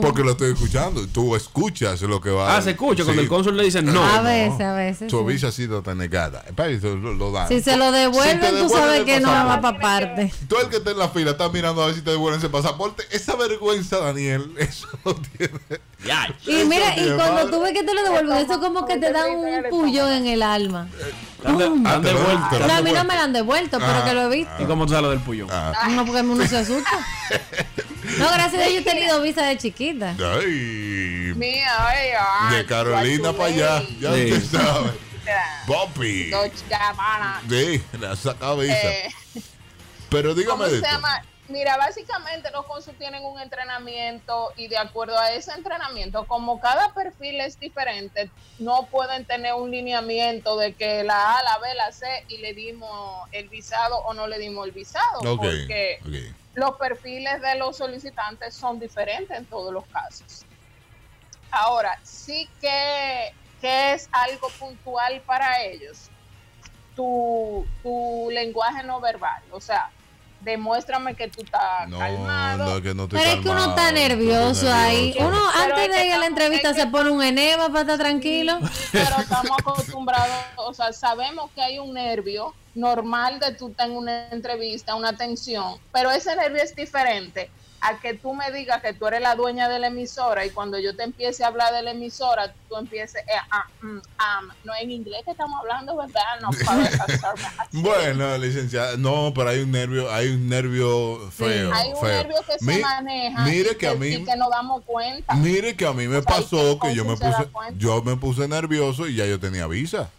[SPEAKER 1] porque lo estoy escuchando. Tú escuchas lo que va.
[SPEAKER 2] Ah, se escucha cuando
[SPEAKER 1] Sí.
[SPEAKER 2] el cónsul le dice no.
[SPEAKER 4] a veces, a veces.
[SPEAKER 1] Su
[SPEAKER 4] sí.
[SPEAKER 1] visa ha sido tan negada. Espera, eso lo, lo dan.
[SPEAKER 4] Si se lo
[SPEAKER 1] Si te
[SPEAKER 4] devuelven, tú sabes
[SPEAKER 1] el
[SPEAKER 4] que no va
[SPEAKER 1] pasaporte.
[SPEAKER 4] para parte.
[SPEAKER 1] Tú el que está en la fila está mirando a ver si te devuelven ese pasaporte. Esa vergüenza, Daniel, eso no tiene.
[SPEAKER 2] Ya.
[SPEAKER 4] Y mira,
[SPEAKER 1] Eso,
[SPEAKER 4] y
[SPEAKER 1] mi
[SPEAKER 4] cuando
[SPEAKER 1] hermano.
[SPEAKER 4] tú ves que te lo devuelven, eso como que te dan un pullón en el alma.
[SPEAKER 2] Ande-
[SPEAKER 4] Ah,
[SPEAKER 2] ande
[SPEAKER 1] te lo-
[SPEAKER 2] vuelta.
[SPEAKER 1] te lo-
[SPEAKER 4] No, a mí no me la han devuelto, pero
[SPEAKER 1] Ah,
[SPEAKER 4] que lo he visto.
[SPEAKER 2] ¿Y cómo tú sabes lo del puño?
[SPEAKER 1] Ah.
[SPEAKER 4] No, porque uno se asusta. No, gracias a Dios yo he tenido visa de chiquita.
[SPEAKER 1] Ay,
[SPEAKER 3] Mía, oye, ay,
[SPEAKER 1] de Carolina para allá, ya
[SPEAKER 2] Sí.
[SPEAKER 1] usted sabe.
[SPEAKER 3] guachuleta,
[SPEAKER 1] Poppy.
[SPEAKER 3] dos chavanas,
[SPEAKER 1] Sí, la saca visa.
[SPEAKER 3] eh,
[SPEAKER 1] Pero
[SPEAKER 3] ¿Cómo
[SPEAKER 1] dígame de
[SPEAKER 3] se
[SPEAKER 1] esto.
[SPEAKER 3] llama? Mira, básicamente los consul tienen un entrenamiento y de acuerdo a ese entrenamiento, como cada perfil es diferente, no pueden tener un lineamiento de que la A, la B, la C y le dimos el visado o no le dimos el visado,
[SPEAKER 1] Ok,
[SPEAKER 3] porque
[SPEAKER 1] ok.
[SPEAKER 3] los perfiles de los solicitantes son diferentes en todos los casos. Ahora, sí que, que es algo puntual para ellos, tu, tu lenguaje no verbal, o sea, demuéstrame que tú estás
[SPEAKER 1] No,
[SPEAKER 3] calmado.
[SPEAKER 1] no, que no estoy
[SPEAKER 4] Pero es que uno
[SPEAKER 1] calmado,
[SPEAKER 4] está
[SPEAKER 1] no estoy
[SPEAKER 4] nervioso ahí.
[SPEAKER 1] nervioso.
[SPEAKER 4] Uno
[SPEAKER 3] Pero
[SPEAKER 4] antes
[SPEAKER 3] es que
[SPEAKER 4] de ir a la
[SPEAKER 3] estamos- este
[SPEAKER 4] entrevista
[SPEAKER 3] es que-
[SPEAKER 4] se pone un enema para estar tranquilo.
[SPEAKER 3] pero estamos acostumbrados, o sea, sabemos que hay un nervio normal de tú tener una entrevista, una tensión, pero ese nervio es diferente a que tú me digas que tú eres la dueña de la emisora y cuando yo te empiece a hablar de la emisora, tú empieces, eh, ah, mm, ah, no en inglés que estamos hablando, ¿verdad? No, para-
[SPEAKER 1] Bueno, licenciada, no, pero hay un nervio, hay un nervio feo.
[SPEAKER 3] hay un
[SPEAKER 1] feo.
[SPEAKER 3] nervio que
[SPEAKER 1] Mi-
[SPEAKER 3] se maneja
[SPEAKER 1] Mire
[SPEAKER 3] y
[SPEAKER 1] que a mí,
[SPEAKER 3] y que no damos cuenta.
[SPEAKER 1] mire que a mí me
[SPEAKER 3] sea, ahí
[SPEAKER 1] pasó
[SPEAKER 3] que
[SPEAKER 1] que yo me
[SPEAKER 3] se da
[SPEAKER 1] puse,
[SPEAKER 3] cuenta.
[SPEAKER 1] yo me puse nervioso y ya yo tenía visa.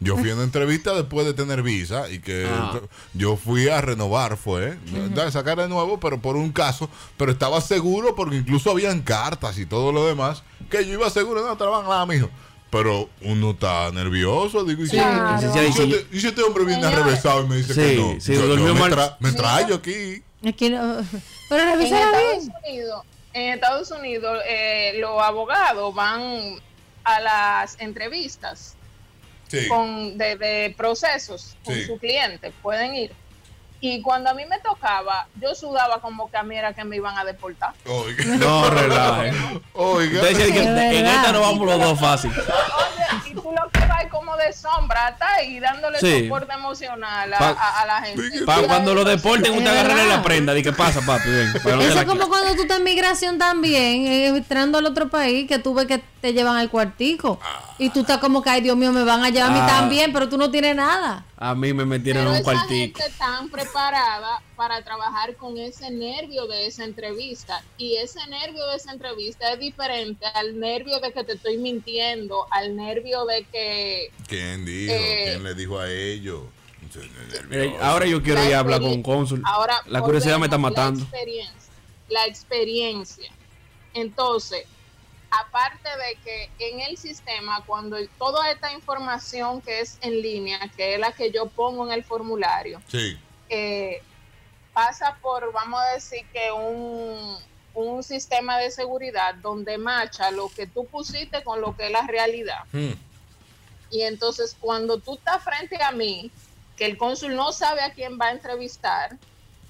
[SPEAKER 1] Yo fui a una entrevista después de tener visa y que
[SPEAKER 2] Ah.
[SPEAKER 1] yo fui a renovar, fue, ¿eh? da- sacar de nuevo, pero por un caso, pero estaba seguro porque incluso habían cartas y todo lo demás, que yo iba seguro, no, te la van a dar, mijo. Pero uno está nervioso, digo, y si-
[SPEAKER 4] Claro.
[SPEAKER 2] Licenciada,
[SPEAKER 1] y
[SPEAKER 2] y
[SPEAKER 1] si,
[SPEAKER 2] si-
[SPEAKER 1] este, y si este hombre viene
[SPEAKER 3] Señores.
[SPEAKER 1] arrevesado y me dice que
[SPEAKER 2] Sí,
[SPEAKER 1] no,
[SPEAKER 2] sí,
[SPEAKER 1] yo- yo
[SPEAKER 2] durmió
[SPEAKER 1] me,
[SPEAKER 2] mal.
[SPEAKER 1] tra- me trayo aquí.
[SPEAKER 4] Es que no- Pero
[SPEAKER 3] En
[SPEAKER 4] revisará
[SPEAKER 3] Estados
[SPEAKER 4] bien.
[SPEAKER 3] Unidos, en Estados Unidos eh, los abogados van a las entrevistas
[SPEAKER 1] Sí.
[SPEAKER 3] con, de, de procesos con
[SPEAKER 1] Sí.
[SPEAKER 3] su cliente, pueden ir. Y cuando a mí me tocaba, yo sudaba como que a mí era que me iban a deportar.
[SPEAKER 1] Oiga.
[SPEAKER 2] No, relaje.
[SPEAKER 1] Oiga.
[SPEAKER 2] Ustedes dicen que
[SPEAKER 4] Es
[SPEAKER 2] en
[SPEAKER 4] verdad.
[SPEAKER 2] esta no vamos los dos fácil.
[SPEAKER 3] Oye, y tú lo que vas es como de sombra, está ahí dándole
[SPEAKER 2] Sí.
[SPEAKER 3] soporte emocional a,
[SPEAKER 2] Pa-
[SPEAKER 3] a- a la gente.
[SPEAKER 2] Pa- cuando lo deporten,
[SPEAKER 4] Es
[SPEAKER 2] usted agarrarle
[SPEAKER 4] verdad.
[SPEAKER 2] la prenda. Di que pasa, papi. Ven, para no te
[SPEAKER 4] Eso
[SPEAKER 2] la
[SPEAKER 4] es como cuando tú estás en migración también, eh, entrando al otro país, que tú ves que te llevan al cuartico. Y tú estás como que, ay Dios mío, me van a llevar
[SPEAKER 2] Ah.
[SPEAKER 4] a mí también, pero tú no tienes nada.
[SPEAKER 2] quites. A mí me metieron
[SPEAKER 3] Pero
[SPEAKER 2] en un
[SPEAKER 3] esa
[SPEAKER 2] cuartico.
[SPEAKER 3] gente tan preparada para trabajar con ese nervio de esa entrevista. Y ese nervio de esa entrevista es diferente al nervio de que te estoy mintiendo, al nervio de que
[SPEAKER 1] ¿Quién dijo?
[SPEAKER 3] Eh,
[SPEAKER 1] ¿Quién le dijo a ellos? Se- se-
[SPEAKER 2] Mira,
[SPEAKER 1] nervioso.
[SPEAKER 2] ahora yo quiero ir a hablar con
[SPEAKER 3] experien-
[SPEAKER 2] un cónsul.
[SPEAKER 3] Ahora,
[SPEAKER 2] La curiosidad me está
[SPEAKER 3] volvemos,
[SPEAKER 2] matando.
[SPEAKER 3] La experiencia. La experiencia. Entonces, aparte de que en el sistema, cuando toda esta información que es en línea, que es la que yo pongo en el formulario,
[SPEAKER 1] Sí.
[SPEAKER 3] eh, pasa por, vamos a decir que un, un sistema de seguridad donde macha lo que tú pusiste con lo que es la realidad.
[SPEAKER 1] Hmm.
[SPEAKER 3] Y entonces cuando tú estás frente a mí, que el cónsul no sabe a quién va a entrevistar,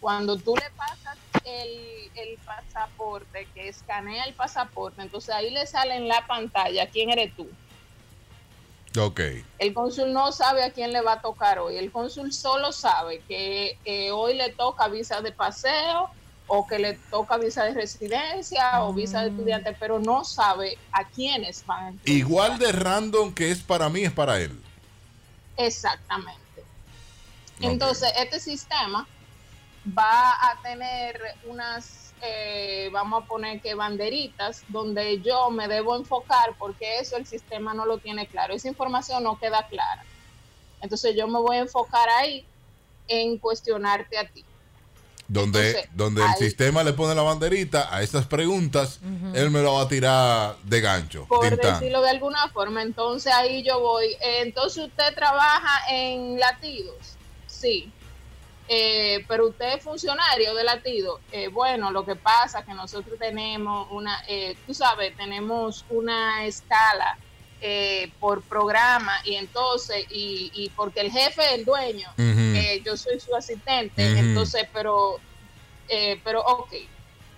[SPEAKER 3] cuando tú le pasas el, el pasaporte, que escanea el pasaporte, entonces ahí le sale en la pantalla quién eres tú.
[SPEAKER 1] Ok.
[SPEAKER 3] El cónsul no sabe a quién le va a tocar hoy. El cónsul solo sabe que eh, hoy le toca visa de paseo o que le toca visa de residencia o visa de estudiante, pero no sabe a quiénes van a entrevistar.
[SPEAKER 1] Igual de random que es para mí, es para él.
[SPEAKER 3] Exactamente.
[SPEAKER 1] Ok.
[SPEAKER 3] Entonces, este sistema va a tener unas, eh, vamos a poner que banderitas, donde yo me debo enfocar porque eso el sistema no lo tiene claro, esa información no queda clara. Entonces yo me voy a enfocar ahí en cuestionarte a ti.
[SPEAKER 1] Donde,
[SPEAKER 3] entonces,
[SPEAKER 1] donde el
[SPEAKER 3] ahí-
[SPEAKER 1] sistema le pone la banderita a esas preguntas, él me lo va a tirar de gancho.
[SPEAKER 3] por
[SPEAKER 1] tintán.
[SPEAKER 3] decirlo de alguna forma. Entonces ahí yo voy. eh, entonces usted trabaja en latidos, sí. Eh, pero usted es funcionario de latido. Eh, bueno, lo que pasa es que nosotros tenemos una, eh, tú sabes, tenemos una escala eh, por programa y entonces, y, y porque el jefe es el dueño,
[SPEAKER 1] Ujú.
[SPEAKER 3] eh, yo soy su asistente,
[SPEAKER 1] Mm. Ujú.
[SPEAKER 3] entonces, pero, eh, pero ok.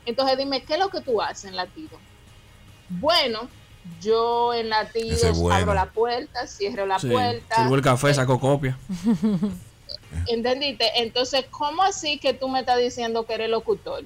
[SPEAKER 3] Entonces dime, ¿qué es lo que tú haces en latido? Bueno, yo en latidos
[SPEAKER 1] Ese es bueno.
[SPEAKER 3] abro la puerta, cierro la
[SPEAKER 2] Sí,
[SPEAKER 3] puerta.
[SPEAKER 2] sirvo el café, saco copia.
[SPEAKER 3] ¿Entendiste? Entonces, ¿cómo así que tú me estás diciendo que eres locutor?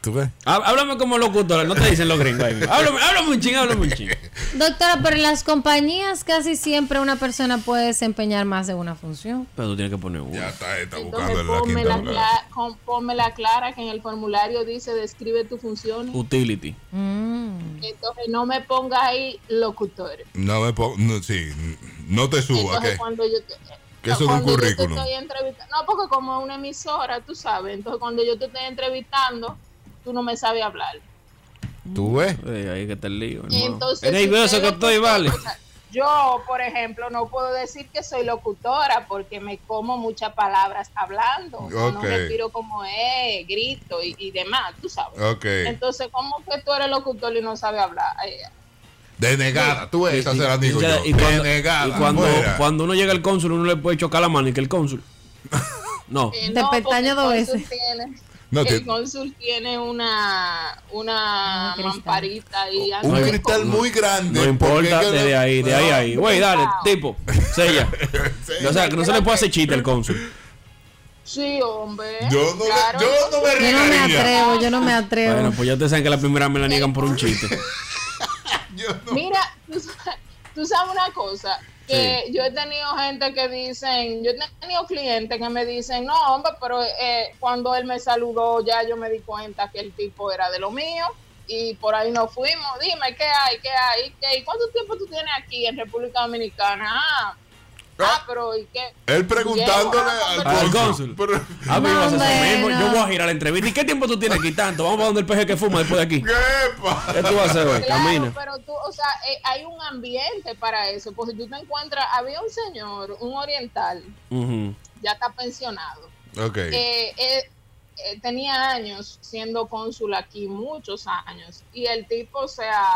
[SPEAKER 1] ¿Tú ves?
[SPEAKER 2] Há- Háblame como locutor, no te dicen los gringos ahí. Háblame, háblame un ching, háblame un ching.
[SPEAKER 4] Doctora, pero en las compañías casi siempre una persona puede desempeñar más de una función.
[SPEAKER 2] Pero tú tienes que poner uno.
[SPEAKER 1] Ya está, está
[SPEAKER 3] Entonces,
[SPEAKER 1] buscando la
[SPEAKER 3] ponme la,
[SPEAKER 1] quinta plaza.
[SPEAKER 3] cla- con- ponme la clara que en el formulario dice describe tus funciones.
[SPEAKER 2] Utility.
[SPEAKER 4] Mm.
[SPEAKER 3] Entonces, no me pongas ahí locutor.
[SPEAKER 1] No me pongo, no, sí, n- no te suba,
[SPEAKER 3] Entonces,
[SPEAKER 1] ¿qué?
[SPEAKER 3] cuando yo te,
[SPEAKER 1] Que eso es un
[SPEAKER 3] cuando yo te
[SPEAKER 1] currículum.
[SPEAKER 3] estoy entrevista- no, porque como es una emisora, tú sabes. Entonces, cuando yo te estoy entrevistando, tú no me sabes hablar.
[SPEAKER 1] ¿Tú ves?
[SPEAKER 2] Eh, ahí que te lío.
[SPEAKER 3] Y
[SPEAKER 2] hermano.
[SPEAKER 3] entonces,
[SPEAKER 2] Es
[SPEAKER 3] si
[SPEAKER 2] nervioso
[SPEAKER 3] usted
[SPEAKER 2] que
[SPEAKER 3] es
[SPEAKER 2] estoy,
[SPEAKER 3] locutor,
[SPEAKER 2] vale.
[SPEAKER 3] o sea, Yo, por ejemplo, no puedo decir que soy locutora porque me como muchas palabras hablando. o sea, No
[SPEAKER 1] Ok.
[SPEAKER 3] respiro como eh, grito y, y demás, tú sabes.
[SPEAKER 1] Ok.
[SPEAKER 3] Entonces, ¿cómo que tú eres locutor y no sabes hablar? Eh, Ay,
[SPEAKER 1] Denegada, tú ves, esa
[SPEAKER 2] Y-
[SPEAKER 1] se la digo
[SPEAKER 2] y-
[SPEAKER 1] yo.
[SPEAKER 2] y cuando,
[SPEAKER 1] Denegada,
[SPEAKER 2] y cuando,
[SPEAKER 1] fuera.
[SPEAKER 2] cuando uno llega al cónsul, uno le puede chocar la mano y que el cónsul. No.
[SPEAKER 3] eh,
[SPEAKER 4] Te
[SPEAKER 3] porque
[SPEAKER 4] pestaño
[SPEAKER 3] el
[SPEAKER 4] dos
[SPEAKER 3] cónsul
[SPEAKER 4] veces.
[SPEAKER 3] tiene-
[SPEAKER 1] No,
[SPEAKER 3] el
[SPEAKER 1] que-
[SPEAKER 3] cónsul tiene una, una
[SPEAKER 4] Un cristal.
[SPEAKER 3] mamparita y
[SPEAKER 1] un
[SPEAKER 2] No,
[SPEAKER 1] cristal muy grande.
[SPEAKER 2] No
[SPEAKER 1] porque es
[SPEAKER 2] importa,
[SPEAKER 1] que
[SPEAKER 2] de
[SPEAKER 1] no-
[SPEAKER 2] ahí, de ahí, ahí. Güey, dale, tipo, sella. O sea, que no se le puede hacer chiste al cónsul.
[SPEAKER 3] Sí, hombre.
[SPEAKER 1] Yo no,
[SPEAKER 3] claro.
[SPEAKER 1] me, yo no me
[SPEAKER 4] Yo no me
[SPEAKER 1] regaría.
[SPEAKER 4] atrevo, yo no me atrevo.
[SPEAKER 2] Bueno, pues ya te saben que la primera me la niegan por un chiste.
[SPEAKER 1] Yo no-
[SPEAKER 3] Mira, tú, sa- tú sabes una cosa, que yo he tenido gente que dicen, yo he tenido clientes que me dicen, no, hombre, pero eh, cuando él me saludó ya yo me di cuenta que el tipo era de lo mío y por ahí nos fuimos. Dime, ¿qué hay? ¿Qué hay? ¿Qué hay? ¿Cuánto tiempo tú tienes aquí en República Dominicana? Ah, ah, pero ¿y qué?
[SPEAKER 1] Él preguntándole
[SPEAKER 3] Llego,
[SPEAKER 1] al
[SPEAKER 2] Al
[SPEAKER 1] cónsul.
[SPEAKER 2] cónsul.
[SPEAKER 1] pero-
[SPEAKER 2] Ah, pues ibas a hacer eso
[SPEAKER 4] No,
[SPEAKER 2] mismo.
[SPEAKER 4] bueno.
[SPEAKER 2] Yo voy a girar la entrevista. ¿Y qué tiempo tú tienes aquí tanto? Vamos a donde el peje que fuma después de aquí.
[SPEAKER 1] ¿Qué pasa?
[SPEAKER 2] ¿Qué tú vas a hacer hoy?
[SPEAKER 3] Claro,
[SPEAKER 2] Camina.
[SPEAKER 3] pero tú, o sea, eh, hay un ambiente para eso, porque tú te encuentras, había un señor, un oriental,
[SPEAKER 2] Ujú.
[SPEAKER 3] ya está pensionado.
[SPEAKER 1] Ok.
[SPEAKER 3] eh, eh, eh, tenía años siendo cónsul aquí, muchos años, y el tipo, o sea,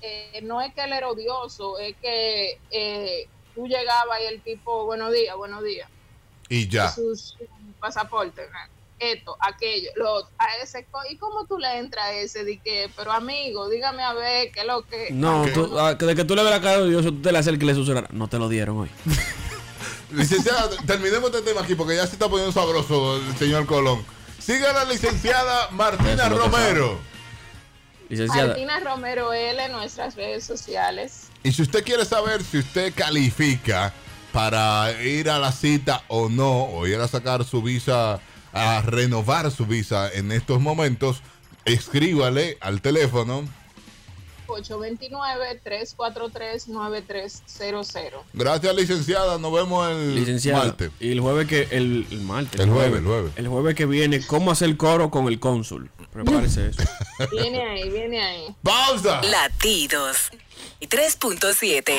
[SPEAKER 3] eh, no es que él era odioso, es que eh, tú llegabas y el tipo, buenos días, buenos días,
[SPEAKER 1] Y
[SPEAKER 2] Ah.
[SPEAKER 1] ya.
[SPEAKER 3] su, su pasaporte, ¿no? esto, aquello, lo otro, a ese, co- ¿y cómo tú le entras a ese? De que, pero amigo, dígame a ver, ¿qué es lo que?
[SPEAKER 2] No, tú, ah, que de que tú le veas la cara de Dios, tú te la acerques y le susurras. No te lo dieron hoy.
[SPEAKER 1] Licenciada, terminemos este tema aquí porque ya se está poniendo sabroso el señor Colón. Siga la licenciada
[SPEAKER 2] Eso
[SPEAKER 1] Martina
[SPEAKER 2] es lo que
[SPEAKER 1] Romero.
[SPEAKER 2] Licenciada.
[SPEAKER 3] Martina Romero L en nuestras redes sociales.
[SPEAKER 1] Y si usted quiere saber si usted califica para ir a la cita o no, o ir a sacar su visa, a renovar su visa en estos momentos, escríbale al teléfono.
[SPEAKER 3] 829-343-9300.
[SPEAKER 1] Gracias, licenciada. Nos vemos el
[SPEAKER 2] Licenciada,
[SPEAKER 1] martes.
[SPEAKER 2] y el jueves que el, el martes,
[SPEAKER 1] Mm, El jueves, el jueves.
[SPEAKER 2] el jueves que viene, cómo hacer coro con el cónsul. Prepárese eso.
[SPEAKER 3] Viene ahí, viene ahí.
[SPEAKER 1] ¡Pausa!
[SPEAKER 5] Latidos. Y 3.7.